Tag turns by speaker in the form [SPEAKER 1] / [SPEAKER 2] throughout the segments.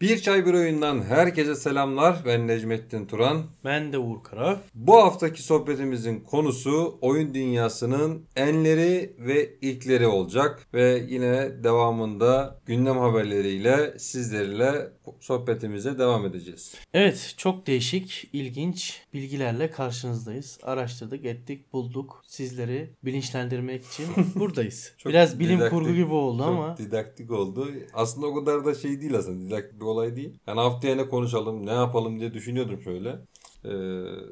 [SPEAKER 1] Bir Çay Bir Oyundan herkese selamlar. Ben Necmettin Turan.
[SPEAKER 2] Ben de Uğur Kara.
[SPEAKER 1] Bu haftaki sohbetimizin konusu oyun dünyasının enleri ve ilkleri olacak. Ve yine devamında gündem haberleriyle sizlerle sohbetimize devam edeceğiz.
[SPEAKER 2] Evet çok değişik, ilginç bilgilerle karşınızdayız. Araştırdık, ettik, bulduk. Sizleri bilinçlendirmek için buradayız.
[SPEAKER 1] Çok
[SPEAKER 2] Biraz bilim
[SPEAKER 1] didaktik,
[SPEAKER 2] kurgu gibi oldu ama
[SPEAKER 1] Çok didaktik oldu. Aslında o kadar da şey değil aslında. Didaktik bir olay değil. Yani haftaya ne konuşalım, ne yapalım diye düşünüyordum şöyle. Ee,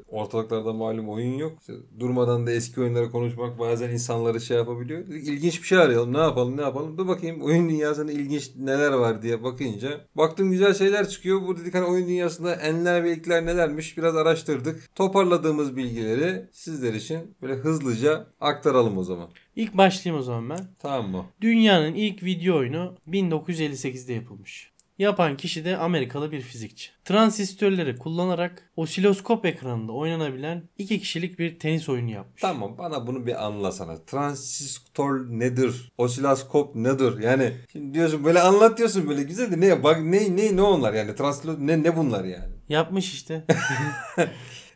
[SPEAKER 1] ortalıklarda malum oyun yok. İşte durmadan da eski oyunları konuşmak bazen insanları şey yapabiliyor. Dedik, İlginç bir şey arayalım. Ne yapalım, ne yapalım. Dur bakayım oyun dünyasında ilginç neler var diye bakınca. Baktım güzel şeyler çıkıyor. Bu dedik hani oyun dünyasında enler ve ilkler nelermiş biraz araştırdık. Toparladığımız bilgileri sizler için böyle hızlıca aktaralım o zaman.
[SPEAKER 2] ilk başlayayım o zaman ben.
[SPEAKER 1] Tamam mı?
[SPEAKER 2] Dünyanın ilk video oyunu 1958'de yapılmış. Yapan kişi de Amerikalı bir fizikçi. Transistörleri kullanarak osiloskop ekranında oynanabilen iki kişilik bir tenis oyunu yapmış.
[SPEAKER 1] Tamam bana bunu bir anlasana. Transistör nedir? Osiloskop nedir? Yani şimdi diyorsun böyle anlat diyorsun böyle güzel de ne bak ne ne ne onlar yani transistör ne ne bunlar yani?
[SPEAKER 2] Yapmış işte.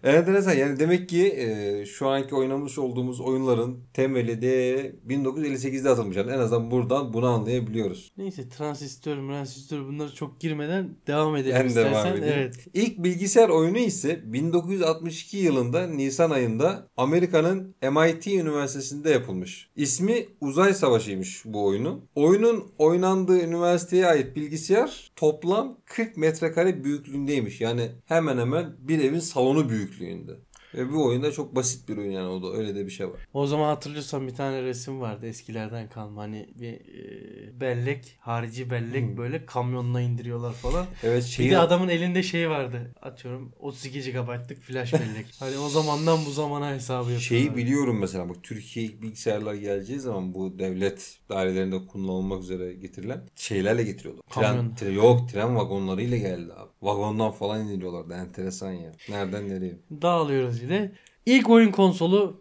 [SPEAKER 1] Enteresan yani demek ki e, şu anki oynamış olduğumuz oyunların temeli de 1958'de atılmış. Yani en azından buradan bunu anlayabiliyoruz.
[SPEAKER 2] Neyse transistör, transistör bunlara çok girmeden devam edelim
[SPEAKER 1] En
[SPEAKER 2] istersen.
[SPEAKER 1] devam edeyim.
[SPEAKER 2] Evet.
[SPEAKER 1] İlk bilgisayar oyunu ise 1962 yılında Nisan ayında Amerika'nın MIT Üniversitesi'nde yapılmış. İsmi Uzay Savaşı'ymış bu oyunun. Oyunun oynandığı üniversiteye ait bilgisayar toplam 40 metrekare büyüklüğündeymiş. Yani hemen hemen bir evin salonu büyüklüğünde. Ve bu oyunda çok basit bir oyun yani o da öyle de bir şey var.
[SPEAKER 2] O zaman hatırlıyorsan bir tane resim vardı eskilerden kalma hani bir e, bellek harici bellek
[SPEAKER 1] Hmm.
[SPEAKER 2] böyle kamyonla indiriyorlar falan.
[SPEAKER 1] Evet
[SPEAKER 2] Bir
[SPEAKER 1] şeyi
[SPEAKER 2] de adamın elinde şey vardı atıyorum 32 GB'lık flash bellek. hani o zamandan bu zamana hesabı yapıyorlar.
[SPEAKER 1] Şeyi biliyorum mesela bak Türkiye ilk bilgisayarlar geleceği zaman bu devlet dairelerinde kullanılmak üzere getirilen şeylerle getiriyordu. Tren,
[SPEAKER 2] Kamyon.
[SPEAKER 1] tre- yok tren vagonlarıyla geldi abi. Vagondan falan indiriyorlardı enteresan ya. Nereden nereye?
[SPEAKER 2] Dağılıyoruz yine. İlk oyun konsolu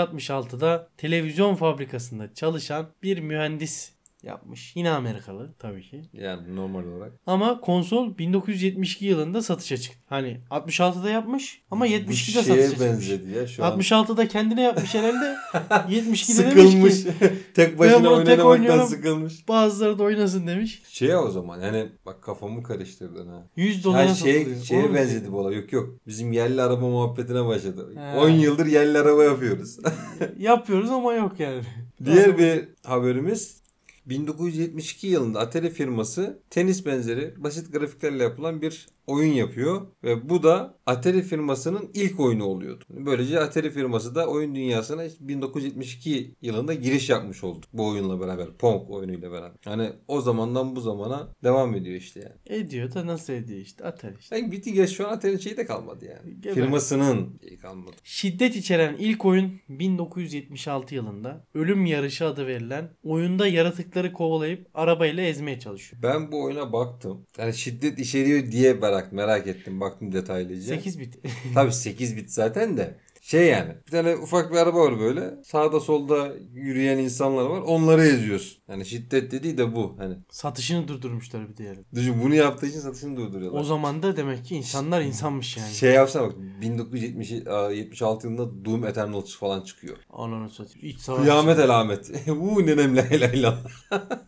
[SPEAKER 2] 1966'da televizyon fabrikasında çalışan bir mühendis yapmış. Yine Amerikalı tabii ki.
[SPEAKER 1] Yani normal olarak.
[SPEAKER 2] Ama konsol 1972 yılında satışa çıktı. Hani 66'da yapmış ama
[SPEAKER 1] Bu
[SPEAKER 2] 72'de
[SPEAKER 1] şeye
[SPEAKER 2] satışa çıkmış.
[SPEAKER 1] benzedi ya şu an.
[SPEAKER 2] 66'da kendine yapmış herhalde. 72'de demiş
[SPEAKER 1] Sıkılmış.
[SPEAKER 2] ki
[SPEAKER 1] tek
[SPEAKER 2] Ben
[SPEAKER 1] başına
[SPEAKER 2] bunu tek
[SPEAKER 1] oynamaktan
[SPEAKER 2] oynuyorum.
[SPEAKER 1] sıkılmış.
[SPEAKER 2] bazıları da oynasın demiş.
[SPEAKER 1] Şey o zaman yani bak kafamı karıştırdın ha.
[SPEAKER 2] 100
[SPEAKER 1] Her
[SPEAKER 2] dolara
[SPEAKER 1] şey
[SPEAKER 2] satılıyor.
[SPEAKER 1] şeye
[SPEAKER 2] Oğlum,
[SPEAKER 1] benzedi bu olay. Yok yok. Bizim yerli araba muhabbetine başladı.
[SPEAKER 2] He.
[SPEAKER 1] 10 yıldır yerli araba yapıyoruz.
[SPEAKER 2] Yapıyoruz ama yok yani.
[SPEAKER 1] Diğer bir haberimiz 1972 yılında Atari firması tenis benzeri basit grafiklerle yapılan bir oyun yapıyor ve bu da Atari firmasının ilk oyunu oluyordu. Böylece Atari firması da oyun dünyasına 1972 yılında giriş yapmış oldu bu oyunla beraber. Pong oyunuyla beraber. Yani o zamandan bu zamana devam ediyor işte yani.
[SPEAKER 2] Ediyor da nasıl ediyor işte atar işte.
[SPEAKER 1] Yani bitti geç şu an Atari'nin şeyi de kalmadı yani.
[SPEAKER 2] Geber.
[SPEAKER 1] Firmasının şeyi kalmadı.
[SPEAKER 2] Şiddet içeren ilk oyun 1976 yılında Ölüm Yarışı adı verilen oyunda yaratıkları kovalayıp arabayla ezmeye çalışıyor.
[SPEAKER 1] Ben bu oyuna baktım. Yani şiddet içeriyor diye merak, merak ettim. Baktım detaylıca.
[SPEAKER 2] 8 bit.
[SPEAKER 1] Tabii 8 bit zaten de. Şey yani bir tane ufak bir araba var böyle. Sağda solda yürüyen insanlar var. Onları eziyorsun. Yani şiddet dediği de bu. Hani
[SPEAKER 2] Satışını durdurmuşlar bir de yani.
[SPEAKER 1] düşün bunu yaptığı için satışını durduruyorlar.
[SPEAKER 2] O zaman da demek ki insanlar insanmış yani.
[SPEAKER 1] Şey yapsana bak 1976 yılında Doom Eternal falan çıkıyor.
[SPEAKER 2] Ananı satayım. İç savaş.
[SPEAKER 1] Kıyamet alamet. Uuu nenem la la la.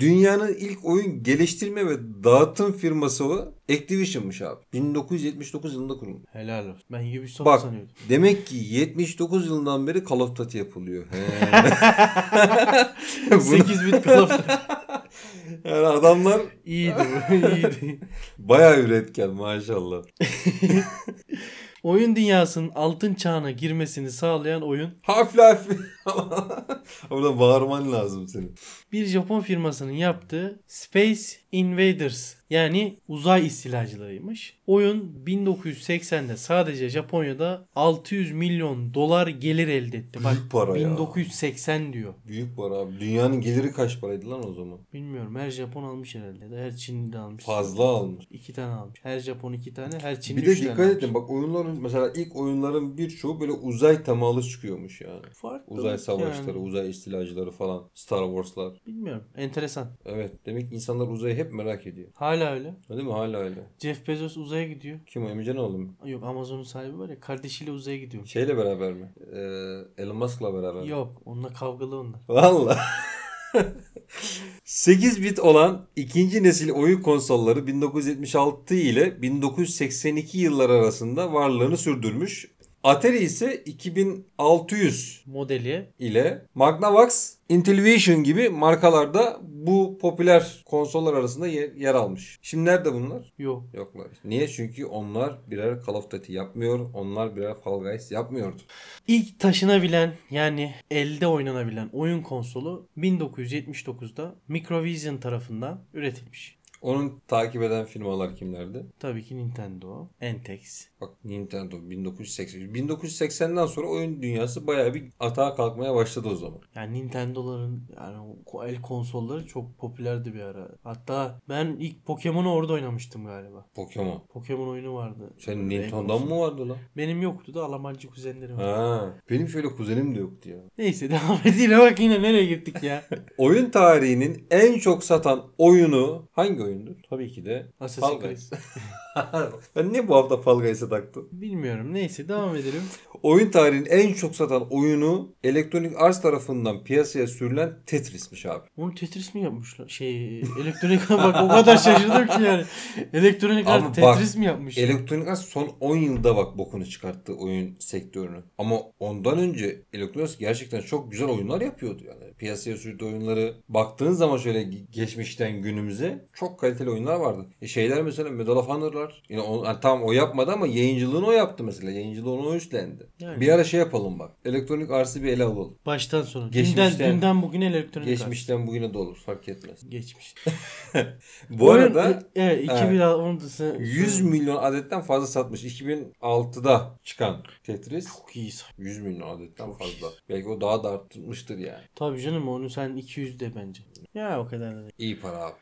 [SPEAKER 1] Dünyanın ilk oyun geliştirme ve dağıtım firması Activision'mış abi. 1979 yılında kurulmuş.
[SPEAKER 2] Helal olsun. Ben Ubisoft
[SPEAKER 1] Bak.
[SPEAKER 2] sanıyordum.
[SPEAKER 1] Demek ki 79 yılından beri Call of Duty yapılıyor. He. Bunu-
[SPEAKER 2] 8 bit kalaf.
[SPEAKER 1] yani adamlar
[SPEAKER 2] İyiydi bu. iyiydi.
[SPEAKER 1] bayağı üretken maşallah.
[SPEAKER 2] Oyun dünyasının altın çağına girmesini sağlayan oyun
[SPEAKER 1] Half-Life. Burada bağırman lazım senin.
[SPEAKER 2] bir Japon firmasının yaptığı Space Invaders yani uzay istilacılarıymış. Oyun 1980'de sadece Japonya'da 600 milyon dolar gelir elde etti. Bak
[SPEAKER 1] Büyük para ya.
[SPEAKER 2] 1980 diyor.
[SPEAKER 1] Büyük para abi. Dünyanın geliri kaç paraydı lan o zaman?
[SPEAKER 2] Bilmiyorum her Japon almış herhalde ya da her Çinli de almış.
[SPEAKER 1] Fazla almış.
[SPEAKER 2] İki tane almış. Her Japon iki tane, her Çinli
[SPEAKER 1] bir de
[SPEAKER 2] üç tane
[SPEAKER 1] dikkat
[SPEAKER 2] almış.
[SPEAKER 1] edin bak oyunların mesela ilk oyunların birçoğu böyle uzay temalı çıkıyormuş yani.
[SPEAKER 2] Farklı şey
[SPEAKER 1] Uzay uzay savaşları, uzay istilacıları falan, Star Wars'lar.
[SPEAKER 2] Bilmiyorum. Enteresan.
[SPEAKER 1] Evet demek ki insanlar uzayı hep merak ediyor.
[SPEAKER 2] Hala öyle.
[SPEAKER 1] Değil mi? Hala öyle.
[SPEAKER 2] Jeff Bezos uzaya gidiyor.
[SPEAKER 1] Kim o? Emrecan oğlum mu?
[SPEAKER 2] Yok Amazon'un sahibi var ya kardeşiyle uzaya gidiyor.
[SPEAKER 1] Şeyle beraber mi? Ee, Elon Musk'la beraber mi?
[SPEAKER 2] Yok onunla kavgalı onlar.
[SPEAKER 1] Valla. 8 bit olan ikinci nesil oyun konsolları 1976 ile 1982 yılları arasında varlığını sürdürmüş. Atari ise 2600
[SPEAKER 2] Modeli
[SPEAKER 1] ile Magnavox, Intellivision gibi markalarda bu popüler konsollar arasında yer, yer almış. Şimdi nerede bunlar?
[SPEAKER 2] yok.
[SPEAKER 1] Yoklar. Niye? Çünkü onlar birer Call of Duty yapmıyor. Onlar birer Fall Guys yapmıyordu.
[SPEAKER 2] İlk taşınabilen yani elde oynanabilen oyun konsolu 1979'da Microvision tarafından üretilmiş.
[SPEAKER 1] Onun takip eden firmalar kimlerdi?
[SPEAKER 2] Tabii ki Nintendo, Entex.
[SPEAKER 1] Bak Nintendo 1980. 1980'den sonra oyun dünyası bayağı bir atağa kalkmaya başladı o zaman.
[SPEAKER 2] Yani Nintendo'ların yani o ko- el konsolları çok popülerdi bir ara. Hatta ben ilk Pokemon'u orada oynamıştım galiba.
[SPEAKER 1] Pokemon.
[SPEAKER 2] Pokemon oyunu vardı.
[SPEAKER 1] Sen
[SPEAKER 2] El
[SPEAKER 1] Nintendo'dan
[SPEAKER 2] konsolu.
[SPEAKER 1] mı vardı lan?
[SPEAKER 2] Benim yoktu da Almancı kuzenlerim. vardı.
[SPEAKER 1] Ha. Benim şöyle kuzenim de yoktu ya.
[SPEAKER 2] Neyse devam edelim. Bak yine nereye gittik ya.
[SPEAKER 1] Oyun tarihinin en çok satan oyunu hangi oyundu? Tabii ki de Fall
[SPEAKER 2] Assassin's
[SPEAKER 1] Guys.
[SPEAKER 2] Creed.
[SPEAKER 1] ben niye bu hafta Fall Guys'e taktım?
[SPEAKER 2] Bilmiyorum. Neyse devam edelim.
[SPEAKER 1] Oyun tarihinin en çok satan oyunu Electronic Arts tarafından piyasaya sürülen Tetris'miş abi.
[SPEAKER 2] Onu Tetris mi yapmışlar? Şey elektronik bak o kadar şaşırdım ki yani. Elektronik
[SPEAKER 1] Abi
[SPEAKER 2] art
[SPEAKER 1] bak,
[SPEAKER 2] Tetris mi yapmış?
[SPEAKER 1] Electronic Arts son 10 yılda bak bokunu çıkarttı oyun sektörünü. Ama ondan önce Electronic Arts gerçekten çok güzel oyunlar yapıyordu yani. Piyasaya sürdüğü oyunları baktığın zaman şöyle ge- geçmişten günümüze çok kaliteli oyunlar vardı. E şeyler mesela Medal of Honor'lar. Yine o, yani tamam o yapmadı ama yayıncılığını o yaptı mesela. Yayıncılığını o üstlendi.
[SPEAKER 2] Yani.
[SPEAKER 1] Bir ara şey yapalım bak. Electronic Arts'ı bir ele alalım.
[SPEAKER 2] Baştan sona. Dünden,
[SPEAKER 1] Geçmişten-
[SPEAKER 2] dünden bugüne elektronik art.
[SPEAKER 1] Geçmişten bugüne de olur fark etmez.
[SPEAKER 2] Geçmiş.
[SPEAKER 1] Bu
[SPEAKER 2] Oyun-
[SPEAKER 1] arada
[SPEAKER 2] e- evet 2000 onu da sen-
[SPEAKER 1] 100
[SPEAKER 2] sen-
[SPEAKER 1] milyon adetten fazla satmış. 2006'da çıkan Tetris.
[SPEAKER 2] Çok iyi say-
[SPEAKER 1] 100 milyon adetten
[SPEAKER 2] Çok
[SPEAKER 1] fazla. Belki o daha da artmıştır yani.
[SPEAKER 2] Tabii canım onu sen 200 de bence. Ya o kadar da değil.
[SPEAKER 1] İyi para abi.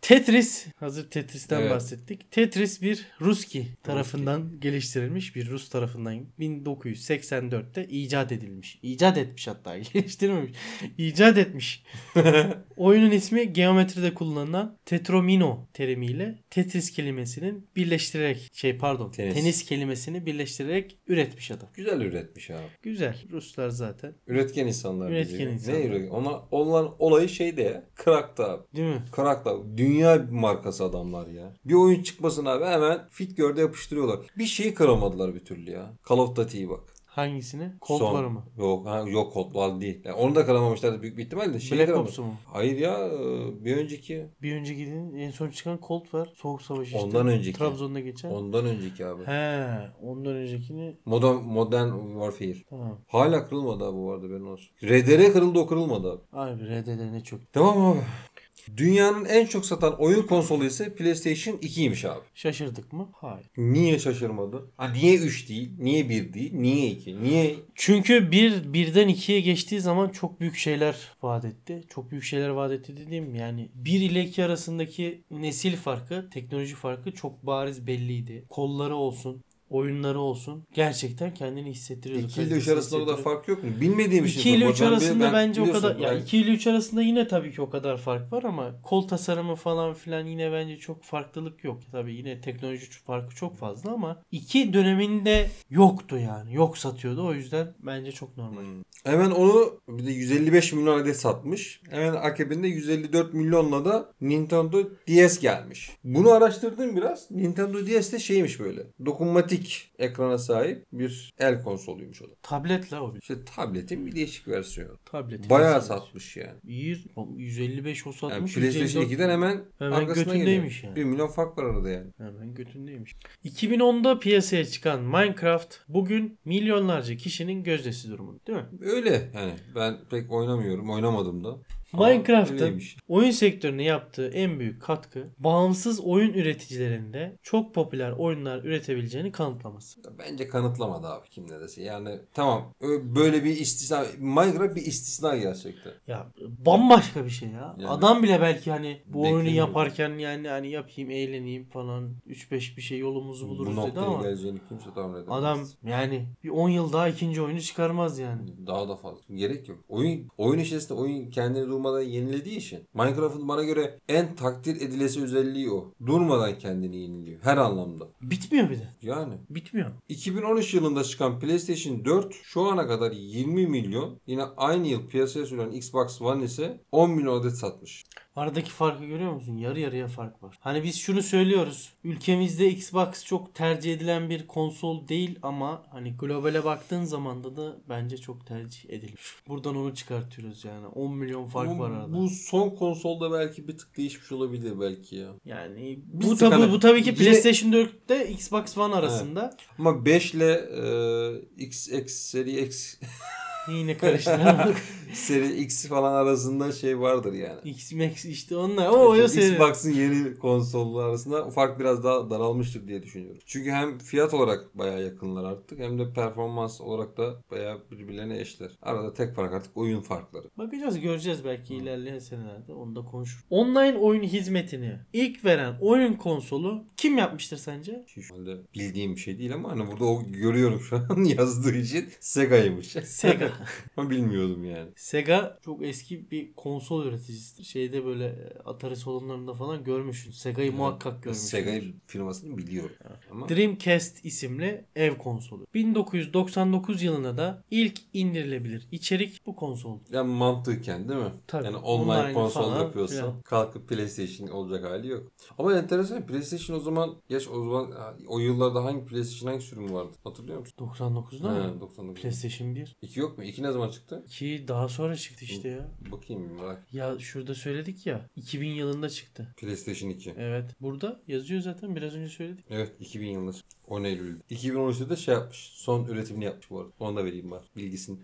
[SPEAKER 2] Tetris. Hazır Tetris'ten
[SPEAKER 1] Evet.
[SPEAKER 2] bahsettik. Tetris bir Ruski tarafından geliştirilmiş bir Rus tarafından 1984'te icat edilmiş. İcat etmiş hatta geliştirmemiş. İcat etmiş. Oyunun ismi geometride kullanılan tetromino terimiyle Tetris kelimesinin birleştirerek şey pardon
[SPEAKER 1] Tenis.
[SPEAKER 2] tenis kelimesini birleştirerek üretmiş adam.
[SPEAKER 1] Güzel üretmiş abi.
[SPEAKER 2] Güzel. Ruslar zaten.
[SPEAKER 1] Üretken insanlar.
[SPEAKER 2] Üretken
[SPEAKER 1] diyeceğim.
[SPEAKER 2] insanlar.
[SPEAKER 1] Ne üretken? Ona olan olayı şey de ya. Crack'ta abi.
[SPEAKER 2] Değil mi?
[SPEAKER 1] Crack'ta. Dünya markası adamlar ya. Bir oyun çıkmasın abi hemen fit gördü yapıştırıyorlar. Bir şeyi kıramadılar bir türlü ya. Call of Duty'yi bak.
[SPEAKER 2] Hangisini? Cold
[SPEAKER 1] Son-
[SPEAKER 2] War mı?
[SPEAKER 1] Yok ha, yok Cold War değil. Yani onu da kıramamışlardı büyük bir şey ihtimalle. de. Şeyi
[SPEAKER 2] Black
[SPEAKER 1] kıramamış-
[SPEAKER 2] Ops'u mu?
[SPEAKER 1] Hayır ya e, bir önceki.
[SPEAKER 2] Bir önceki dediğin en son çıkan Cold War. Soğuk Savaşı işte.
[SPEAKER 1] Ondan önceki.
[SPEAKER 2] Trabzon'da geçen.
[SPEAKER 1] Ondan önceki abi.
[SPEAKER 2] He, ondan öncekini
[SPEAKER 1] Modern, modern Warfare.
[SPEAKER 2] tamam.
[SPEAKER 1] Hala kırılmadı abi bu arada benim olsun. RDR kırıldı o kırılmadı abi.
[SPEAKER 2] Abi RDD ne çok.
[SPEAKER 1] Tamam abi. Dünyanın en çok satan oyun konsolu ise PlayStation 2'ymiş abi.
[SPEAKER 2] Şaşırdık mı? Hayır.
[SPEAKER 1] Niye şaşırmadı? Ha, niye 3 değil? Niye 1 değil? Niye 2? Niye?
[SPEAKER 2] Çünkü bir birden ikiye geçtiği zaman çok büyük şeyler vaat etti. Çok büyük şeyler vaat etti dediğim yani bir ile iki arasındaki nesil farkı, teknoloji farkı çok bariz belliydi. Kolları olsun, oyunları olsun gerçekten kendini hissettiriyordu.
[SPEAKER 1] 2 ile 3
[SPEAKER 2] kalitesini
[SPEAKER 1] arasında o kadar
[SPEAKER 2] hissettiriyordu.
[SPEAKER 1] fark yok mu? Bilmediğim için.
[SPEAKER 2] 2
[SPEAKER 1] soruyorum.
[SPEAKER 2] ile 3
[SPEAKER 1] Ben bir-
[SPEAKER 2] arasında
[SPEAKER 1] ben
[SPEAKER 2] bence o
[SPEAKER 1] biliyorsun,
[SPEAKER 2] kadar ya
[SPEAKER 1] ben-
[SPEAKER 2] 2 ile 3 arasında yine tabii ki o kadar fark var ama kol tasarımı falan filan yine bence çok farklılık yok. Tabii yine teknoloji farkı çok fazla ama iki döneminde yoktu yani. Yok satıyordu o yüzden bence çok normal.
[SPEAKER 1] Hmm. Hemen onu bir de 155 milyon adet satmış. Hemen akabinde 154 milyonla da Nintendo DS gelmiş. Bunu araştırdım biraz. Nintendo DS de şeymiş böyle. Dokunmatik ekrana sahip bir el konsoluymuş o da.
[SPEAKER 2] Tabletle o bir
[SPEAKER 1] İşte tabletin bir değişik versiyonu.
[SPEAKER 2] tablet.
[SPEAKER 1] Bayağı satmış yani.
[SPEAKER 2] İyi, 155 o
[SPEAKER 1] Yani
[SPEAKER 2] satmış.
[SPEAKER 1] PlayStation
[SPEAKER 2] 154
[SPEAKER 1] 2'den hemen,
[SPEAKER 2] Hemen
[SPEAKER 1] arkasına
[SPEAKER 2] götündeymiş
[SPEAKER 1] geliyor.
[SPEAKER 2] yani.
[SPEAKER 1] 1 milyon fark var arada yani.
[SPEAKER 2] Hemen götündeymiş. 2010'da piyasaya çıkan Minecraft bugün milyonlarca kişinin gözdesi durumunda değil mi?
[SPEAKER 1] Öyle yani ben pek oynamıyorum. Oynamadım da. Ama
[SPEAKER 2] Minecraft'ın
[SPEAKER 1] öyleymiş.
[SPEAKER 2] oyun sektörüne yaptığı en büyük katkı bağımsız oyun üreticilerinde çok popüler oyunlar üretebileceğini kanıtlaması.
[SPEAKER 1] Bence kanıtlamadı abi kim ne dese. Yani tamam ö- böyle bir istisna. Minecraft bir istisna gerçekten.
[SPEAKER 2] Ya bambaşka bir şey ya.
[SPEAKER 1] Yani-
[SPEAKER 2] Adam bile belki hani bu oyunu
[SPEAKER 1] Beklemiyordu.
[SPEAKER 2] yaparken yani hani yapayım eğleneyim falan 3-5 bir şey yolumuzu buluruz
[SPEAKER 1] Bu
[SPEAKER 2] dedi
[SPEAKER 1] noktaya
[SPEAKER 2] ama
[SPEAKER 1] geleceğini kimse tahmin edemez.
[SPEAKER 2] adam yani bir 10 yıl daha ikinci oyunu çıkarmaz yani.
[SPEAKER 1] daha da fazla. Gerek yok. Oyun oyun içerisinde oyun kendini durmadan yenilediği için Minecraft'ın bana göre en takdir edilesi özelliği o. Durmadan kendini yeniliyor her anlamda.
[SPEAKER 2] Bitmiyor bir de.
[SPEAKER 1] Yani
[SPEAKER 2] Bitmiyor.
[SPEAKER 1] 2013 yılında çıkan PlayStation 4 şu ana kadar 20 milyon. Yine aynı yıl piyasaya sürülen Xbox One ise 10 milyon adet satmış.
[SPEAKER 2] Aradaki farkı görüyor musun? Yarı yarıya fark var. Hani biz şunu söylüyoruz. Ülkemizde Xbox çok tercih edilen bir konsol değil ama hani globale baktığın zaman da da bence çok tercih edilir. Buradan onu çıkartıyoruz yani. 10 milyon fark
[SPEAKER 1] bu,
[SPEAKER 2] var arada.
[SPEAKER 1] bu son konsolda belki bir tık değişmiş olabilir belki ya.
[SPEAKER 2] yani
[SPEAKER 1] Bir
[SPEAKER 2] bu
[SPEAKER 1] tık
[SPEAKER 2] tabii
[SPEAKER 1] hani
[SPEAKER 2] bu tabii ki
[SPEAKER 1] yine-
[SPEAKER 2] PlayStation 4'te Xbox One arasında
[SPEAKER 1] Ama 5 ile e, XX seri X
[SPEAKER 2] yine karıştıramadık.
[SPEAKER 1] seri X falan arasında şey vardır yani.
[SPEAKER 2] X-Max işte onlar. O ya
[SPEAKER 1] İşte
[SPEAKER 2] senin.
[SPEAKER 1] Xbox'ın yeni konsolları arasında fark biraz daha daralmıştır diye düşünüyorum. Çünkü hem fiyat olarak bayağı yakınlar artık hem de performans olarak da bayağı birbirlerine eşler. Arada tek fark artık oyun farkları.
[SPEAKER 2] Bakacağız göreceğiz belki ilerleyen senelerde onu da konuşuruz. Online oyun hizmetini ilk veren oyun konsolu kim yapmıştır sence?
[SPEAKER 1] Ki Şu anda bildiğim bir şey değil ama hani burada o görüyorum şu an yazdığı için Sega'ymış.
[SPEAKER 2] Sega.
[SPEAKER 1] ama bilmiyordum yani.
[SPEAKER 2] Sega çok eski bir konsol üreticisidir. Şeyde böyle e, Atari salonlarında falan görmüşsün. Sega'yı muhakkak görmüşsün.
[SPEAKER 1] Sega firmasını biliyorum. Ama
[SPEAKER 2] Dreamcast isimli ev konsolu. 1999 yılına da ilk indirilebilir içerik bu konsol.
[SPEAKER 1] yani mantıken değil mi?
[SPEAKER 2] Tabii.
[SPEAKER 1] Yani online,
[SPEAKER 2] Online
[SPEAKER 1] konsol
[SPEAKER 2] falan
[SPEAKER 1] yapıyorsa
[SPEAKER 2] filan.
[SPEAKER 1] kalkıp PlayStation olacak hali yok. Ama enteresan PlayStation o zaman yaş o zaman o yıllarda hangi PlayStation hangi sürümü vardı? Hatırlıyor musun?
[SPEAKER 2] 99'da mı?
[SPEAKER 1] He, 99.
[SPEAKER 2] PlayStation 1.
[SPEAKER 1] 2 yok mu? 2 ne zaman çıktı?
[SPEAKER 2] 2 daha sonra çıktı işte ya.
[SPEAKER 1] Bakayım bir merak.
[SPEAKER 2] Ya şurada söyledik ya 2000 yılında çıktı.
[SPEAKER 1] PlayStation 2.
[SPEAKER 2] Evet. Burada yazıyor zaten biraz önce söyledik.
[SPEAKER 1] Evet 2000 yılında. çıktı. 10 Eylül'de. 2013'te de şey yapmış. Son üretimini yapmış bu arada. Onu da vereyim ben. Bilgisini.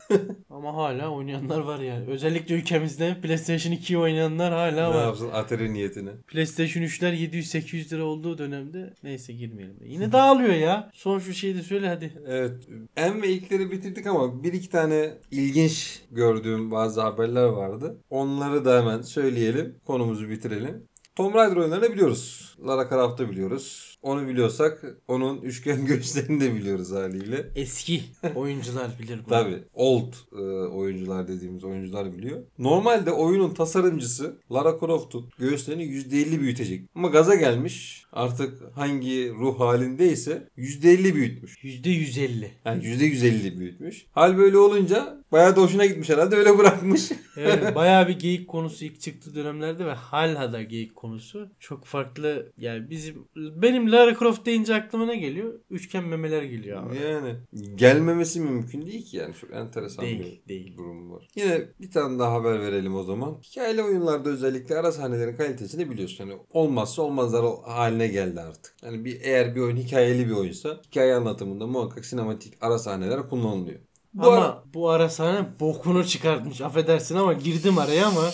[SPEAKER 2] Ama hala oynayanlar var yani. Özellikle ülkemizde PlayStation 2'yi oynayanlar hala
[SPEAKER 1] ne
[SPEAKER 2] var.
[SPEAKER 1] yapsın Atari niyetine.
[SPEAKER 2] PlayStation 3'ler 700-800 lira olduğu dönemde neyse girmeyelim. Yine dağılıyor ya. Son şu şeyi de söyle hadi.
[SPEAKER 1] Evet. En ve ilkleri bitirdik ama bir iki tane ilginç gördüğüm bazı haberler vardı. Onları da hemen söyleyelim. Konumuzu bitirelim. Tomb Raider oyunlarını biliyoruz. Lara Croft'ı biliyoruz. Onu biliyorsak onun üçgen görüşlerini de biliyoruz haliyle.
[SPEAKER 2] Eski oyuncular bilir bunu.
[SPEAKER 1] Tabii old e, oyuncular dediğimiz oyuncular biliyor. Normalde oyunun tasarımcısı Lara Croft'un göğüslerini %50 büyütecek. Ama gaza gelmiş artık hangi ruh halindeyse %50 büyütmüş.
[SPEAKER 2] %150.
[SPEAKER 1] Yani %150 büyütmüş. Hal böyle olunca bayağı da hoşuna gitmiş herhalde öyle bırakmış.
[SPEAKER 2] Evet bayağı bir geyik konusu ilk çıktığı dönemlerde ve hala da geyik konusu. Çok farklı yani bizim benim Lara Croft deyince aklıma ne geliyor? Üçgen memeler geliyor abi.
[SPEAKER 1] Yani gelmemesi mümkün değil ki yani çok enteresan
[SPEAKER 2] Değil
[SPEAKER 1] bir
[SPEAKER 2] değil.
[SPEAKER 1] durum var. Yine bir tane daha haber verelim o zaman. Hikayeli oyunlarda özellikle ara sahnelerin kalitesini biliyorsun. Yani olmazsa olmazlar o- haline geldi artık. Yani bir eğer bir oyun hikayeli bir oyunsa hikaye anlatımında muhakkak sinematik ara sahneler kullanılıyor. Bu
[SPEAKER 2] ama
[SPEAKER 1] ara-
[SPEAKER 2] bu ara sana bokunu çıkartmış. Affedersin ama girdim araya ama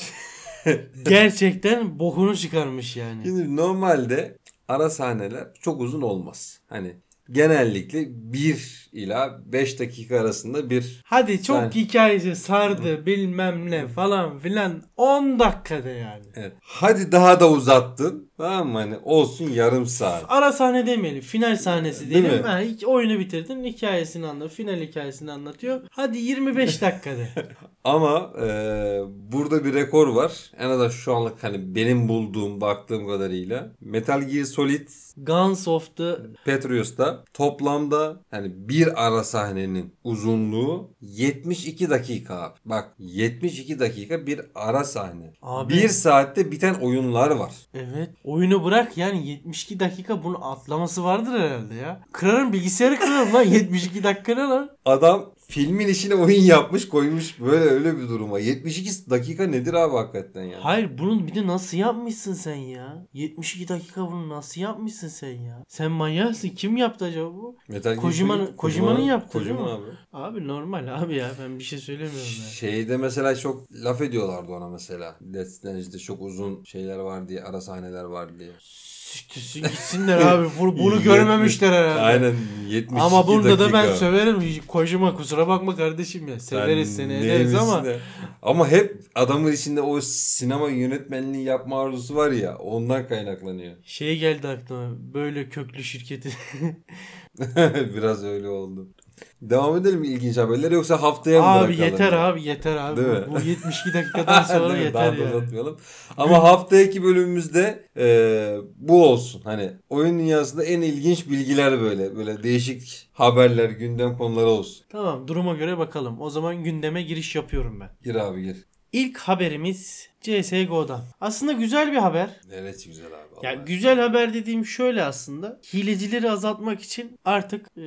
[SPEAKER 2] gerçekten bokunu çıkarmış yani.
[SPEAKER 1] Şimdi normalde ara sahneler çok uzun olmaz. Hani genellikle 1 ila 5 dakika arasında bir
[SPEAKER 2] Hadi çok
[SPEAKER 1] Ben-
[SPEAKER 2] hikayeci sardı bilmem ne falan filan 10 dakikada yani.
[SPEAKER 1] evet. hadi daha da uzattın. Tamam mı? Hani olsun yarım saat.
[SPEAKER 2] Ara sahne demeyelim. Final sahnesi
[SPEAKER 1] Değil
[SPEAKER 2] diyelim.
[SPEAKER 1] mi?
[SPEAKER 2] Ha, iki- oyunu bitirdin. Hikayesini anlatıyor. Final hikayesini anlatıyor. Hadi 25 dakikada.
[SPEAKER 1] Ama e, burada bir rekor var. En azından şu anlık hani benim bulduğum, baktığım kadarıyla. Metal Gear Solid
[SPEAKER 2] Guns of the...
[SPEAKER 1] Patriots'ta toplamda hani bir ara sahnenin uzunluğu 72 dakika abi. Bak 72 dakika bir ara sahne.
[SPEAKER 2] Abi.
[SPEAKER 1] Bir saatte biten oyunlar var.
[SPEAKER 2] Evet. Oyunu bırak yani 72 dakika bunu atlaması vardır herhalde ya. Kırarım bilgisayarı kırarım lan 72 dakika ne lan?
[SPEAKER 1] Adam filmin işine oyun yapmış koymuş böyle öyle bir duruma. 72 dakika nedir abi hakikaten ya?
[SPEAKER 2] Hayır bunun bir de nasıl yapmışsın sen ya? 72 dakika bunu nasıl yapmışsın sen ya? Sen manyaksın. Kim yaptı acaba bu?
[SPEAKER 1] Metal Gear
[SPEAKER 2] Kojima'nın-
[SPEAKER 1] Solid-
[SPEAKER 2] Kojima'nın yaptı değil
[SPEAKER 1] Kojima
[SPEAKER 2] mi?
[SPEAKER 1] abi.
[SPEAKER 2] Abi normal abi ya ben bir şey söylemiyorum ya.
[SPEAKER 1] Şeyde mesela çok laf ediyorlardı ona mesela. Death Strange'de çok uzun şeyler var diye, ara sahneler var diye.
[SPEAKER 2] Sütüsün gitsinler abi. Bu- Bunu görmemişler herhalde.
[SPEAKER 1] Aynen 72
[SPEAKER 2] Ama bunda da ben
[SPEAKER 1] dakika.
[SPEAKER 2] söverim. Kojima kusura bakma kardeşim ya. Severiz
[SPEAKER 1] Sen
[SPEAKER 2] seni
[SPEAKER 1] ne
[SPEAKER 2] ederiz ama.
[SPEAKER 1] yemişsin de. Ama hep adamın içinde o sinema yönetmenliği yapma arzusu var ya ondan kaynaklanıyor.
[SPEAKER 2] Şey geldi aklıma. Böyle köklü şirketi.
[SPEAKER 1] Biraz öyle oldu. Devam edelim mi ilginç haberlere yoksa haftaya mı
[SPEAKER 2] abi
[SPEAKER 1] bırakalım?
[SPEAKER 2] yeter abi yeter abi.
[SPEAKER 1] Değil mi?
[SPEAKER 2] Bu 72 dakikadan sonra
[SPEAKER 1] Değil mi?
[SPEAKER 2] yeter
[SPEAKER 1] Daha da
[SPEAKER 2] ya.
[SPEAKER 1] uzatmayalım. Ama haftaki bölümümüzde e, bu olsun. Hani oyun dünyasında en ilginç bilgiler böyle. Böyle değişik haberler, gündem konuları olsun.
[SPEAKER 2] Tamam duruma göre bakalım. O zaman gündeme giriş yapıyorum ben.
[SPEAKER 1] Gir abi gir.
[SPEAKER 2] İlk haberimiz CSGO'dan. Aslında güzel bir haber.
[SPEAKER 1] Neresi güzel abi.
[SPEAKER 2] Ya
[SPEAKER 1] Allah.
[SPEAKER 2] güzel haber dediğim şöyle aslında. Hilecileri azaltmak için artık e,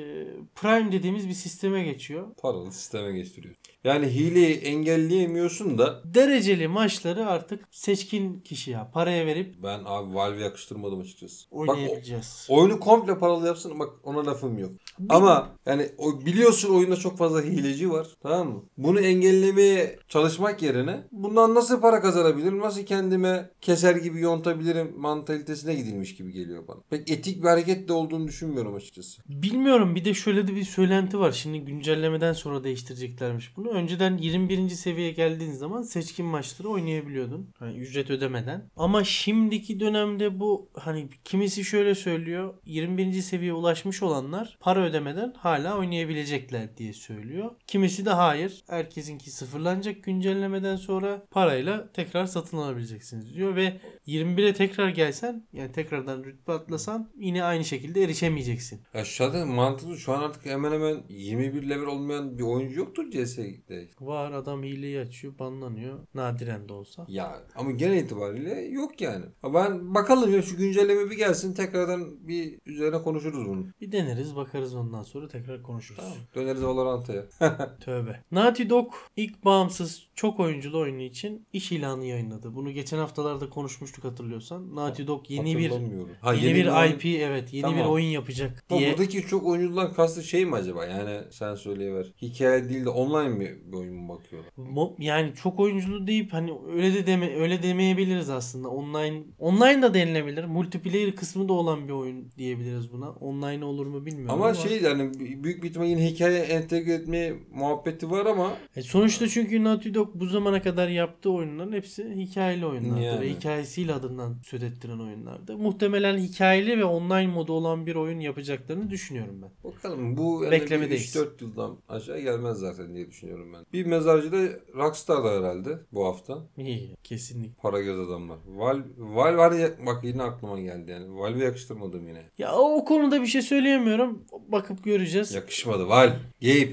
[SPEAKER 2] Prime dediğimiz bir sisteme geçiyor.
[SPEAKER 1] Paralı sisteme geçtiriyor. Yani hileyi engelleyemiyorsun da
[SPEAKER 2] Dereceli maçları artık seçkin kişiye paraya verip
[SPEAKER 1] ben abi Valve'e yakıştırmadım açıkçası. Bak o-
[SPEAKER 2] oynayabileceğiz.
[SPEAKER 1] oyunu komple paralı yapsın bak ona lafım yok.
[SPEAKER 2] Bu-
[SPEAKER 1] Ama yani o biliyorsun oyunda çok fazla hileci var. Tamam mı? Bunu engellemeye çalışmak yerine bundan nasıl para kazanabilirim? Nasıl kendime keser gibi yontabilirim mantalitesine gidilmiş gibi geliyor bana. Pek etik bir hareket de olduğunu düşünmüyorum açıkçası.
[SPEAKER 2] Bilmiyorum bir de şöyle de bir söylenti var. Şimdi güncellemeden sonra değiştireceklermiş bunu. Önceden 21. seviyeye geldiğin zaman seçkin maçları oynayabiliyordun. Hani ücret ödemeden. Ama şimdiki dönemde bu hani kimisi şöyle söylüyor. 21. seviyeye ulaşmış olanlar para ödemeden hala oynayabilecekler diye söylüyor. Kimisi de hayır. Herkesinki sıfırlanacak güncellemeden sonra parayla tekrar satın alabileceksiniz diyor ve 21'e tekrar gelsen yani tekrardan rütbe atlasan yine aynı şekilde erişemeyeceksin.
[SPEAKER 1] Ya şu zaten mantıklı şu an artık hemen hemen 21 level olmayan bir oyuncu yoktur CS'de.
[SPEAKER 2] Var adam hileyi açıyor banlanıyor nadiren de olsa.
[SPEAKER 1] Ya ama genel itibariyle yok yani. Ha Ben bakalım ya şu güncelleme bir gelsin tekrardan bir üzerine konuşuruz bunu.
[SPEAKER 2] Bir deneriz bakarız ondan sonra tekrar konuşuruz.
[SPEAKER 1] Tamam. Döneriz Valorant'a.
[SPEAKER 2] Tövbe. Naughty Dog ilk bağımsız çok oyunculu oyunu için iş ilanı yayınladı. Bunu geçen haftalarda konuşmuştuk hatırlıyorsan. Naughty Dog yeni bir
[SPEAKER 1] Hatırlamıyorum. Ha,
[SPEAKER 2] yeni bir
[SPEAKER 1] oyun-
[SPEAKER 2] IP evet yeni
[SPEAKER 1] Tamam.
[SPEAKER 2] bir oyun yapacak
[SPEAKER 1] Ama
[SPEAKER 2] diye.
[SPEAKER 1] buradaki çok oyuncudan kastı şey mi acaba? Yani sen söyleyiver. Hikaye değil de online mi bir oyun mu bakıyorlar?
[SPEAKER 2] Mo- yani çok oyunculu deyip hani öyle de deme öyle demeyebiliriz aslında. Online online da denilebilir. Multiplayer kısmı da olan bir oyun diyebiliriz buna. Online olur mu bilmiyorum ama,
[SPEAKER 1] Ama şey yani büyük bir ihtimalle yine hikaye entegre etme muhabbeti var ama
[SPEAKER 2] E sonuçta çünkü Naughty Dog bu zamana kadar yaptığı oyunların hepsi hikayeli oyunlardı
[SPEAKER 1] Yani.
[SPEAKER 2] ve hikayesiyle adından söz ettiren oyunlardı. Muhtemelen hikayeli ve online modu olan bir oyun yapacaklarını düşünüyorum ben.
[SPEAKER 1] bakalım bu yani
[SPEAKER 2] Beklemedeyiz.
[SPEAKER 1] 3-4 yıldan aşağı gelmez zaten diye düşünüyorum ben. Bir mezarcı da Rockstar'da herhalde bu hafta.
[SPEAKER 2] İyi kesinlikle.
[SPEAKER 1] Para göz adamlar. Valve, Valve hani bak yine aklıma geldi yani. Valve'e yakıştırmadım yine.
[SPEAKER 2] Ya o o konuda bir şey söyleyemiyorum. Bakıp göreceğiz.
[SPEAKER 1] Yakışmadı Valve. Gabe.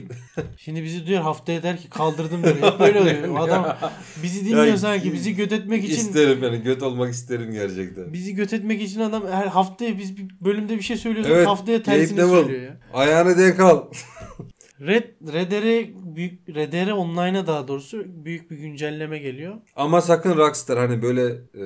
[SPEAKER 2] Şimdi bizi duyar haftaya der ki kaldırdım beni. Hep böyle oluyor. O adam bizi dinliyor
[SPEAKER 1] Ya,
[SPEAKER 2] sanki. Bizi göt etmek için
[SPEAKER 1] İsterim yani göt olmak isterim gerçekten.
[SPEAKER 2] bizi göt etmek için adam her haftaya biz bir bölümde bir şey söylüyoruz.
[SPEAKER 1] Evet,
[SPEAKER 2] haftaya
[SPEAKER 1] Gabe
[SPEAKER 2] tersini
[SPEAKER 1] Neville.
[SPEAKER 2] söylüyor ya.
[SPEAKER 1] Ayağını denk al.
[SPEAKER 2] Red Redere büyük Redere online'a daha doğrusu büyük bir güncelleme geliyor.
[SPEAKER 1] Ama sakın Rockstar hani böyle e,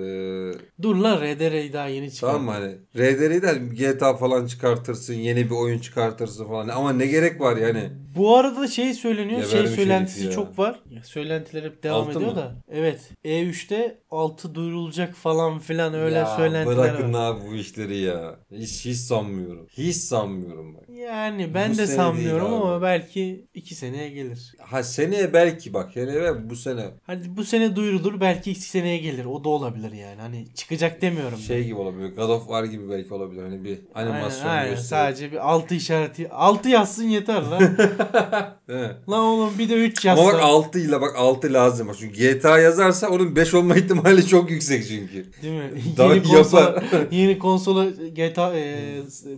[SPEAKER 2] Dur lan Redere'yi daha yeni çıkardı.
[SPEAKER 1] tamam mı hani RDR'yi de hani GTA falan çıkartırsın yeni bir oyun çıkartırsın falan ama ne gerek var yani
[SPEAKER 2] Bu arada şey söyleniyor,
[SPEAKER 1] Hani Ya
[SPEAKER 2] şey
[SPEAKER 1] vermiş
[SPEAKER 2] söylentisi
[SPEAKER 1] herif ya.
[SPEAKER 2] çok var. Ya Söylentiler hep devam
[SPEAKER 1] Altı
[SPEAKER 2] ediyor
[SPEAKER 1] mı?
[SPEAKER 2] da. Evet, E3'te 6 duyurulacak falan filan öyle
[SPEAKER 1] ya,
[SPEAKER 2] söylentiler
[SPEAKER 1] bırakın
[SPEAKER 2] var.
[SPEAKER 1] abi bu işleri ya hiç, hiç sanmıyorum hiç sanmıyorum bak.
[SPEAKER 2] Yani ben
[SPEAKER 1] Bu
[SPEAKER 2] de
[SPEAKER 1] sene
[SPEAKER 2] sanmıyorum
[SPEAKER 1] değil abi.
[SPEAKER 2] ama belki 2 seneye gelir.
[SPEAKER 1] Ha seneye belki bak seneye belki bu sene
[SPEAKER 2] Hadi bu sene duyurulur belki 2 seneye gelir. O da olabilir yani. Hani çıkacak demiyorum. ben.
[SPEAKER 1] şey gibi olabilir God of War gibi belki olabilir hani bir animasyon
[SPEAKER 2] aynen, aynen.
[SPEAKER 1] gösterip.
[SPEAKER 2] Sadece bir 6 işareti. 6 yazsın yeter lan.
[SPEAKER 1] Değil mi?
[SPEAKER 2] Lan oğlum bir de 3
[SPEAKER 1] Ama
[SPEAKER 2] yazsa.
[SPEAKER 1] bak 6 ile bak 6 lazım. Bak Çünkü GTA yazarsa onun 5 olma ihtimali çok yüksek çünkü.
[SPEAKER 2] Değil mi?
[SPEAKER 1] Daha
[SPEAKER 2] yeni konsola,
[SPEAKER 1] yapar.
[SPEAKER 2] yeni konsola GTA e,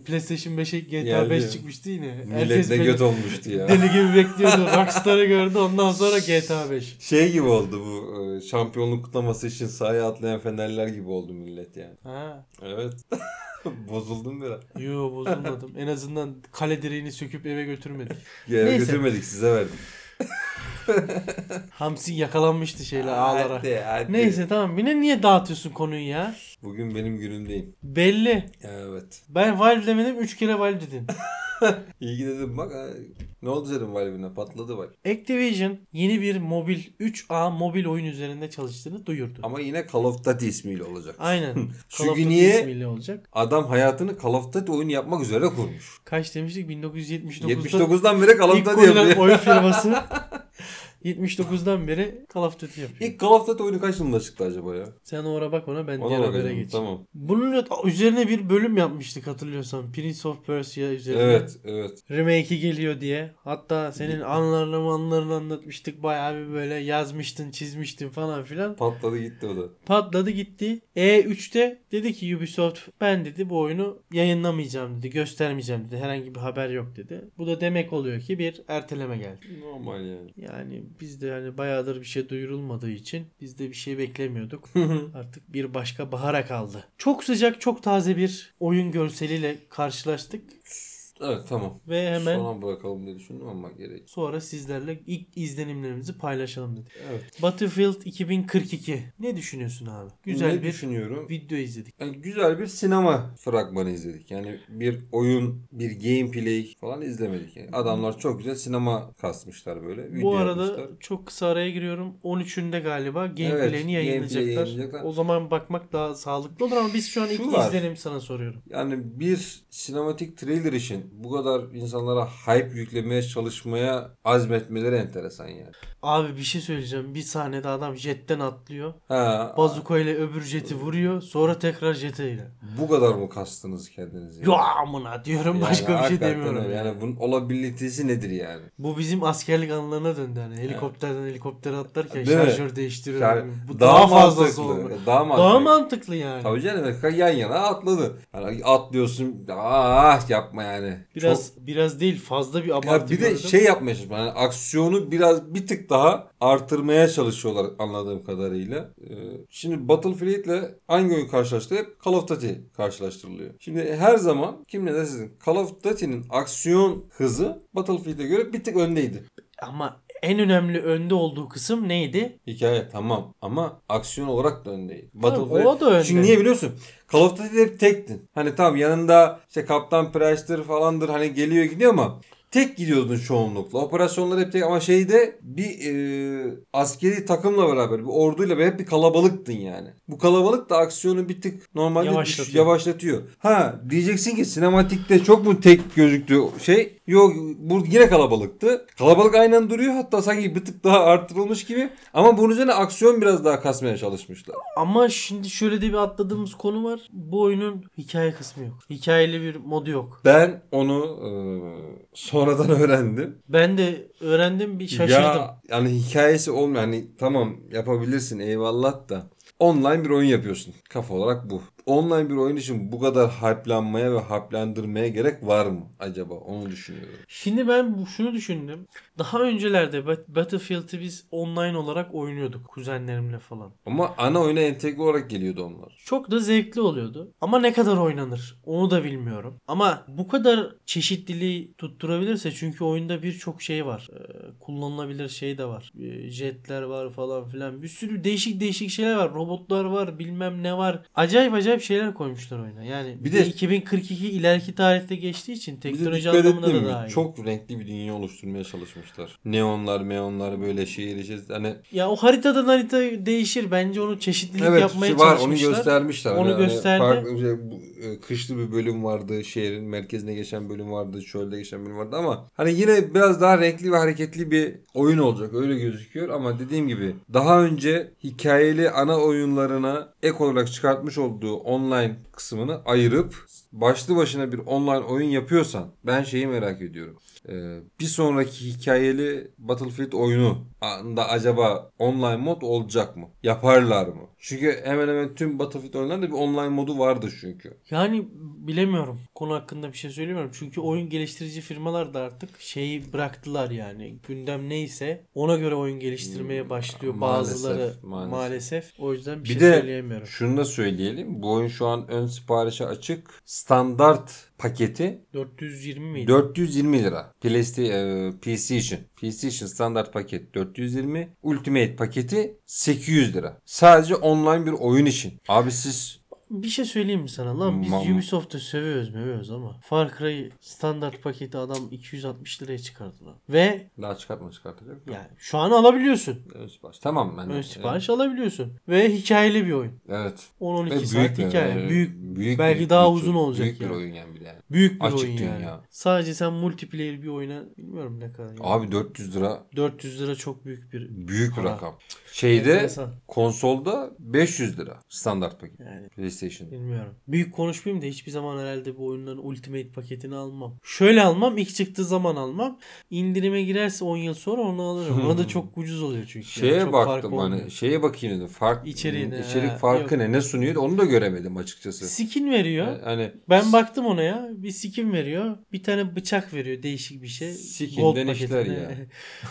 [SPEAKER 2] PlayStation 5'e GTA
[SPEAKER 1] Geldi.
[SPEAKER 2] 5 çıkmıştı yine.
[SPEAKER 1] Millet
[SPEAKER 2] Herkes
[SPEAKER 1] ne
[SPEAKER 2] beni
[SPEAKER 1] göt olmuştu ya.
[SPEAKER 2] deli gibi bekliyordu. Rockstar'ı gördü ondan sonra GTA 5.
[SPEAKER 1] Şey gibi oldu bu e, şampiyonluk kutlaması için sahaya atlayan fenerler gibi oldu millet yani.
[SPEAKER 2] Ha.
[SPEAKER 1] Evet. Bozuldum biraz.
[SPEAKER 2] Yo bozulmadım. En azından kale direğini söküp eve götürmedik.
[SPEAKER 1] Ya
[SPEAKER 2] Neyse.
[SPEAKER 1] götürmedik size verdim.
[SPEAKER 2] Hamsi yakalanmıştı şeyle ağlara.
[SPEAKER 1] Hadi, hadi.
[SPEAKER 2] Neyse tamam yine niye dağıtıyorsun konuyu ya?
[SPEAKER 1] Bugün benim günüm değil.
[SPEAKER 2] Belli.
[SPEAKER 1] Evet.
[SPEAKER 2] Ben Valve demedim 3 kere Valve dedin.
[SPEAKER 1] İyi ki dedim bak ha, ne oldu senin valvine patladı bak.
[SPEAKER 2] Activision yeni bir mobil 3A mobil oyun üzerinde çalıştığını duyurdu.
[SPEAKER 1] Ama yine Call of Duty ismiyle olacak.
[SPEAKER 2] Aynen. Call of
[SPEAKER 1] Çünkü
[SPEAKER 2] Duty
[SPEAKER 1] niye?
[SPEAKER 2] ismiyle olacak.
[SPEAKER 1] Adam hayatını Call of Duty oyunu yapmak üzere kurmuş.
[SPEAKER 2] Kaç demiştik? 1979'da
[SPEAKER 1] 79'dan beri Call of
[SPEAKER 2] ilk
[SPEAKER 1] Duty yapıyor.
[SPEAKER 2] kurulan oyun firması 79'dan beri Call of Duty yapıyor.
[SPEAKER 1] İlk Call of Duty oyunu kaç yılında çıktı acaba ya?
[SPEAKER 2] Sen ora bak ona ben diğer
[SPEAKER 1] Ona
[SPEAKER 2] habere
[SPEAKER 1] bakalım.
[SPEAKER 2] geçeyim.
[SPEAKER 1] Tamam.
[SPEAKER 2] Bunun üzerine bir bölüm yapmıştık hatırlıyorsan. Prince of Persia üzerine.
[SPEAKER 1] Evet, evet.
[SPEAKER 2] Remake'i geliyor diye. Hatta senin anlarını manlarını anlatmıştık. Bayağı bir böyle yazmıştın çizmiştin falan filan.
[SPEAKER 1] Patladı gitti o da.
[SPEAKER 2] Patladı gitti. E3'te dedi ki Ubisoft ben dedi bu oyunu yayınlamayacağım dedi. Göstermeyeceğim dedi. Herhangi bir haber yok dedi. Bu da demek oluyor ki bir erteleme geldi.
[SPEAKER 1] Normal yani.
[SPEAKER 2] Yani biz de yani bayağıdır bir şey duyurulmadığı için biz de bir şey beklemiyorduk. Artık bir başka bahara kaldı. Çok sıcak çok taze bir oyun görseliyle karşılaştık.
[SPEAKER 1] evet tamam.
[SPEAKER 2] Ve hemen
[SPEAKER 1] Son an bırakalım diye düşündüm ama gerek.
[SPEAKER 2] sonra sizlerle ilk izlenimlerimizi paylaşalım dedi.
[SPEAKER 1] Evet.
[SPEAKER 2] Battlefield 2042. Ne düşünüyorsun abi? Güzel
[SPEAKER 1] Ne
[SPEAKER 2] bir
[SPEAKER 1] düşünüyorum.
[SPEAKER 2] video izledik.
[SPEAKER 1] Yani güzel bir sinema fragmanı izledik. Yani bir oyun, bir gameplay falan izlemedik. Yani adamlar çok güzel sinema kasmışlar böyle. Video
[SPEAKER 2] Bu arada
[SPEAKER 1] yapmışlar.
[SPEAKER 2] çok kısa araya giriyorum. 13'ünde galiba
[SPEAKER 1] Evet,
[SPEAKER 2] gameplay'ini
[SPEAKER 1] gameplay
[SPEAKER 2] yayınlayacaklar.
[SPEAKER 1] yayınlayacaklar.
[SPEAKER 2] O zaman bakmak daha sağlıklı olur ama biz şu an
[SPEAKER 1] Şu
[SPEAKER 2] ilk
[SPEAKER 1] var.
[SPEAKER 2] izlenim sana soruyorum.
[SPEAKER 1] Yani bir sinematik trailer için bu kadar insanlara hype yüklemeye çalışmaya azmetmeleri enteresan yani.
[SPEAKER 2] Abi bir şey söyleyeceğim. Bir sahnede adam jetten atlıyor.
[SPEAKER 1] Ha,
[SPEAKER 2] Bazuka ile öbür jeti vuruyor. Sonra tekrar jete ile.
[SPEAKER 1] bu kadar mı kastınız kendinizi?
[SPEAKER 2] Ya amına diyorum
[SPEAKER 1] Yani
[SPEAKER 2] başka bir şey
[SPEAKER 1] hakikaten
[SPEAKER 2] demiyorum.
[SPEAKER 1] öyle. Yani bunun olabilitesi nedir yani?
[SPEAKER 2] Bu bizim askerlik anılarına döndü. Hani helikopterden helikoptere atlarken
[SPEAKER 1] Değil mi?
[SPEAKER 2] şarjör değiştiriyor.
[SPEAKER 1] Yani
[SPEAKER 2] Ee, Bu daha, fazlası
[SPEAKER 1] mantıklı, e,
[SPEAKER 2] oldu.
[SPEAKER 1] Daha mantıklı.
[SPEAKER 2] Daha mantıklı yani.
[SPEAKER 1] Tabii canım hakikaten yan yana atladı. Yani atlıyorsun ah yapma yani.
[SPEAKER 2] Biraz biraz değil fazla bir
[SPEAKER 1] Çok- ya
[SPEAKER 2] abartı
[SPEAKER 1] bir de
[SPEAKER 2] gördüm.
[SPEAKER 1] şey yapmaya çalışıyorlar. Yani aksiyonu biraz bir tık daha artırmaya çalışıyorlar anladığım kadarıyla. Ee, şimdi Battlefield ile hangi oyun karşılaştı? Hep Call of Duty karşılaştırılıyor. Şimdi her zaman kim ne derse desin Call of Duty'nin aksiyon hızı Battlefield'e göre bir tık öndeydi.
[SPEAKER 2] Ama en önemli önde olduğu kısım neydi?
[SPEAKER 1] Hikaye tamam ama aksiyon olarak da öndeydi.
[SPEAKER 2] o da önde.
[SPEAKER 1] Çünkü niye biliyorsun? Call of Duty'de hep tektin. Hani tamam yanında işte Kaptan Price'tır falandır hani geliyor gidiyor ama tek gidiyordun çoğunlukla. Operasyonlar hep tek ama şeyde bir e, askeri takımla beraber bir orduyla beraber hep bir kalabalıktın yani. Bu kalabalık da aksiyonu bir tık normalde düş-
[SPEAKER 2] Yavaşlatıyor.
[SPEAKER 1] yavaşlatıyor. Ha diyeceksin ki sinematikte çok mu tek gözüktü şey? Yok bu yine kalabalıktı. Kalabalık aynen duruyor hatta sanki bir tık daha arttırılmış gibi. Ama bunun üzerine aksiyon biraz daha kasmaya çalışmışlar.
[SPEAKER 2] Ama şimdi şöyle de bir atladığımız konu var. Bu oyunun hikaye kısmı yok. Hikayeli bir modu yok.
[SPEAKER 1] Ben onu e, sonradan öğrendim.
[SPEAKER 2] Ben de öğrendim bir şaşırdım.
[SPEAKER 1] Ya yani hikayesi olmuyor. Hani tamam yapabilirsin eyvallah da. Online bir oyun yapıyorsun. Kafa olarak bu. Online bir oyun için bu kadar hype'lanmaya ve hype'landırmaya gerek var mı acaba? Onu düşünüyorum.
[SPEAKER 2] Şimdi ben bu- şunu düşündüm. Daha öncelerde Bat- Battlefield'i biz online olarak oynuyorduk kuzenlerimle falan.
[SPEAKER 1] Ama ana oyuna entegre olarak geliyordu onlar.
[SPEAKER 2] Çok da zevkli oluyordu. Ama ne kadar oynanır onu da bilmiyorum. Ama bu kadar çeşitliliği tutturabilirse çünkü oyunda birçok şey var. Ee, kullanılabilir şey de var. Ee, jetler var falan filan. Bir sürü değişik değişik şeyler var. Robotlar var bilmem ne var. Acayip acayip şeyler koymuşlar oyuna. Yani
[SPEAKER 1] Bir
[SPEAKER 2] bir
[SPEAKER 1] de-
[SPEAKER 2] de 2042 ileriki tarihte geçtiği için
[SPEAKER 1] Bir de
[SPEAKER 2] teknoloji
[SPEAKER 1] dikkat
[SPEAKER 2] anlamında
[SPEAKER 1] ettin
[SPEAKER 2] da
[SPEAKER 1] mi?
[SPEAKER 2] daha iyi.
[SPEAKER 1] Çok renkli bir dünya oluşturmaya çalışmışlar. Neonlar, meonlar böyle şehir içerisinde. Hani
[SPEAKER 2] Ya o haritadan harita değişir. Bence onu çeşitlilik
[SPEAKER 1] Evet
[SPEAKER 2] yapmaya
[SPEAKER 1] var onu
[SPEAKER 2] çalışmışlar.
[SPEAKER 1] göstermişler.
[SPEAKER 2] Onu
[SPEAKER 1] Hani- hani
[SPEAKER 2] gösterdi.
[SPEAKER 1] farklı bir- bu, e, kışlı bir bölüm vardı. Şehrin merkezine geçen bölüm vardı. Çölde geçen bölüm vardı ama hani yine biraz daha renkli ve hareketli bir oyun olacak. Öyle gözüküyor ama dediğim gibi daha önce hikayeli ana oyunlarına ek olarak çıkartmış olduğu online kısmını ayırıp başlı başına bir online oyun yapıyorsan ben şeyi merak ediyorum. Ee, bir sonraki hikayeli Battlefield oyunu da acaba online mod olacak mı? Yaparlar mı? Çünkü hemen hemen tüm Battlefield oyunlarında bir online modu vardır çünkü.
[SPEAKER 2] Yani bilemiyorum. Konu hakkında bir şey söylemiyorum. Çünkü oyun geliştirici firmalar da artık şeyi bıraktılar yani. Gündem neyse ona göre oyun geliştirmeye başlıyor
[SPEAKER 1] Hmm, Maalesef,
[SPEAKER 2] bazıları
[SPEAKER 1] maalesef.
[SPEAKER 2] maalesef. O yüzden bir,
[SPEAKER 1] Bir
[SPEAKER 2] şey
[SPEAKER 1] de-
[SPEAKER 2] söyleyemiyorum.
[SPEAKER 1] Şunu da söyleyelim. Bu Bu oyun şu an ön siparişe açık. Standart paketi
[SPEAKER 2] 420 miydi?
[SPEAKER 1] 420 lira. PlayStation, PC için. PC için standart paket 420. Ultimate paketi 800 lira. Sadece online bir oyun için. Abi siz
[SPEAKER 2] Bir şey söyleyeyim mi sana lan? Biz
[SPEAKER 1] Mam-
[SPEAKER 2] Ubisoft'u sövüyoruz mövüyoruz ama Far Cry standart paketi adam 260 liraya çıkardı lan. Ve
[SPEAKER 1] daha çıkartma çıkartacak. mı?
[SPEAKER 2] yani şu an alabiliyorsun.
[SPEAKER 1] Ön sipariş. Tamam ben.
[SPEAKER 2] Ön sipariş alabiliyorsun. Ve hikayeli bir oyun.
[SPEAKER 1] Evet.
[SPEAKER 2] 10-12
[SPEAKER 1] Ve
[SPEAKER 2] saat
[SPEAKER 1] bir-
[SPEAKER 2] hikaye.
[SPEAKER 1] e,
[SPEAKER 2] Büyük
[SPEAKER 1] büyük
[SPEAKER 2] belki
[SPEAKER 1] bir-
[SPEAKER 2] daha
[SPEAKER 1] büyük-
[SPEAKER 2] uzun olacak
[SPEAKER 1] Büyük bir
[SPEAKER 2] yani.
[SPEAKER 1] oyun yani bir de. yani.
[SPEAKER 2] büyük bir
[SPEAKER 1] Açık
[SPEAKER 2] oyun
[SPEAKER 1] dünya.
[SPEAKER 2] yani. Sadece sen multiplayer bir oyuna bilmiyorum ne kadar. yani.
[SPEAKER 1] Abi 400 lira
[SPEAKER 2] 400 lira çok büyük bir
[SPEAKER 1] büyük bir
[SPEAKER 2] Para.
[SPEAKER 1] rakam. Şeyde
[SPEAKER 2] Enteresan.
[SPEAKER 1] konsolda 500 lira standart paket.
[SPEAKER 2] yani
[SPEAKER 1] PlayStation.
[SPEAKER 2] bilmiyorum. Büyük konuşmayayım da hiçbir zaman herhalde bu oyunların Ultimate paketini almam. Şöyle almam, ilk çıktığı zaman almam. İndirime girerse 10 yıl sonra onu alırım. Ona da çok ucuz oluyor çünkü.
[SPEAKER 1] Şeye
[SPEAKER 2] Yani çok fark
[SPEAKER 1] baktım hani
[SPEAKER 2] olmuyor.
[SPEAKER 1] şeye bakayım dedim. Fark
[SPEAKER 2] İçeriğine,
[SPEAKER 1] içerik
[SPEAKER 2] ha,
[SPEAKER 1] farkı
[SPEAKER 2] yok.
[SPEAKER 1] ne ne sunuyor onu da göremedim açıkçası.
[SPEAKER 2] Skin veriyor.
[SPEAKER 1] Yani- Hani
[SPEAKER 2] Ben baktım ona ya. Bir skin veriyor. Bir tane bıçak veriyor. Değişik bir şey.
[SPEAKER 1] Sikinden işler ya.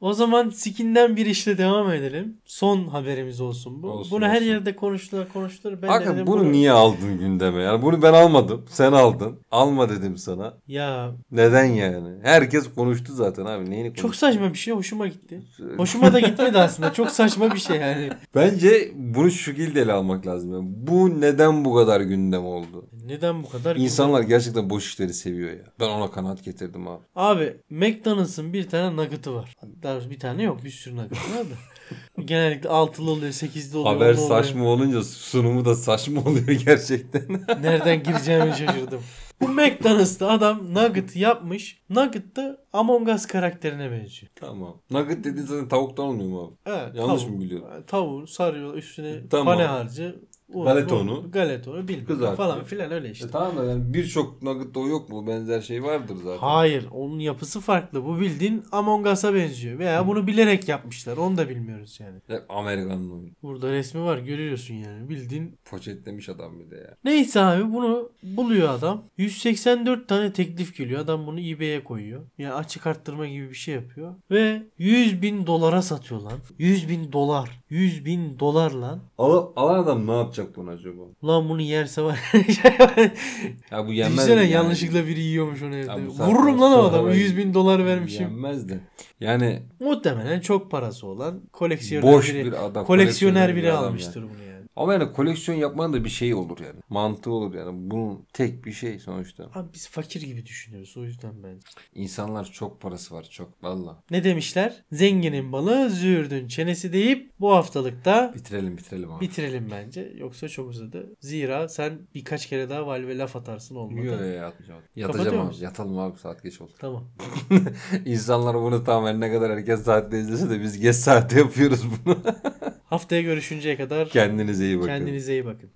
[SPEAKER 2] o zaman skinden bir işle devam edelim. Son haberimiz olsun bu.
[SPEAKER 1] Olsun,
[SPEAKER 2] bunu her
[SPEAKER 1] olsun.
[SPEAKER 2] yerde konuştular konuştular. Ben de
[SPEAKER 1] Hakan
[SPEAKER 2] dedim
[SPEAKER 1] bunu,
[SPEAKER 2] bunu-
[SPEAKER 1] niye aldın gündeme? Yani bunu ben almadım. Sen aldın. Alma dedim sana.
[SPEAKER 2] Ya
[SPEAKER 1] Neden yani? Herkes konuştu zaten abi. Neyini konuştu?
[SPEAKER 2] çok saçma bir şey. Hoşuma gitti. Hoşuma da gitmedi aslında. Çok saçma bir şey yani.
[SPEAKER 1] Bence bunu şu şekilde ele almak lazım. Yani bu neden bu kadar gündem oldu?
[SPEAKER 2] Neden bu kadar?
[SPEAKER 1] İnsanlar gerçekten boş işleri seviyor ya. Ben ona kanaat getirdim abi.
[SPEAKER 2] Abi McDonald's'ın bir tane nugget'ı var. Daha doğrusu bir tane yok. Bir sürü nugget var da. Genellikle altılı oluyor, sekizli oluyor.
[SPEAKER 1] Haber
[SPEAKER 2] onlu oluyor.
[SPEAKER 1] saçma olunca sunumu da saçma oluyor gerçekten.
[SPEAKER 2] Nereden gireceğimi şaşırdım. Bu McDonald's'ta adam nugget yapmış. Nugget da Among Us karakterine benziyor.
[SPEAKER 1] tamam. Nugget dediğin zaten tavuktan olmuyor mu abi?
[SPEAKER 2] Evet,
[SPEAKER 1] Yanlış
[SPEAKER 2] tavuğu-
[SPEAKER 1] mı biliyorum?
[SPEAKER 2] Tavuğu sarıyor üstüne
[SPEAKER 1] Tamam.
[SPEAKER 2] pane harcı. o-
[SPEAKER 1] Galetonu.
[SPEAKER 2] o- Galetonu bilmem
[SPEAKER 1] Kızartıyor.
[SPEAKER 2] falan filan öyle işte.
[SPEAKER 1] E tamam da yani birçok Nugget'ta o yok mu? Benzer şey vardır zaten.
[SPEAKER 2] Hayır onun yapısı farklı. Bu bildiğin Among Us'a benziyor. Veya bunu bilerek yapmışlar. Onu da bilmiyoruz yani.
[SPEAKER 1] Hep Amerikan'ın oyunu.
[SPEAKER 2] Burada resmi var görüyorsun yani. Bildiğin
[SPEAKER 1] Poşetlemiş adam bir de ya.
[SPEAKER 2] Neyse abi bunu buluyor adam. 184 tane teklif geliyor. Adam bunu eBay'e koyuyor. Yani açık arttırma gibi bir şey yapıyor. Ve 100 bin dolara satıyor lan. 100 bin dolar. 100 bin dolar lan.
[SPEAKER 1] Al, alan adam ne yapacak bunu acaba?
[SPEAKER 2] Lan bunu yerse var.
[SPEAKER 1] Ya bu yenmez
[SPEAKER 2] Düşünsene
[SPEAKER 1] mi yani?
[SPEAKER 2] yanlışlıkla biri yiyormuş onu evde.
[SPEAKER 1] Ya bu saatten
[SPEAKER 2] Vururum lan o
[SPEAKER 1] sonra
[SPEAKER 2] adamı.
[SPEAKER 1] ben-
[SPEAKER 2] 100 bin dolar vermişim.
[SPEAKER 1] Yenmez de. Yani
[SPEAKER 2] Muhtemelen çok parası olan koleksiyoner
[SPEAKER 1] boş
[SPEAKER 2] biri.
[SPEAKER 1] bir adam.
[SPEAKER 2] koleksiyoner biri
[SPEAKER 1] adam yani.
[SPEAKER 2] almıştır bunu yani.
[SPEAKER 1] Ama yani koleksiyon yapmanın da bir şeyi olur yani. Mantığı olur yani. Bunun tek bir şey sonuçta.
[SPEAKER 2] Abi biz fakir gibi düşünüyoruz o yüzden ben.
[SPEAKER 1] İnsanlar çok parası var çok. Valla.
[SPEAKER 2] Ne demişler? Zenginin balı züğürdün çenesi deyip bu haftalıkta
[SPEAKER 1] Bitirelim bitirelim abi.
[SPEAKER 2] bitirelim bence. Yoksa çok uzadı. Zira sen birkaç kere daha Valve laf atarsın olmadı.
[SPEAKER 1] Yok ya yatmayacağım.
[SPEAKER 2] Kapatıyor
[SPEAKER 1] Yatacağım abi.
[SPEAKER 2] musun?
[SPEAKER 1] Yatalım abi saat geç oldu.
[SPEAKER 2] Tamam.
[SPEAKER 1] İnsanlar bunu tamamen ne kadar erken saatte izlese de biz geç saatte yapıyoruz bunu.
[SPEAKER 2] Haftaya görüşünceye kadar
[SPEAKER 1] Kendinize iyi bakın.
[SPEAKER 2] kendinize iyi bakın.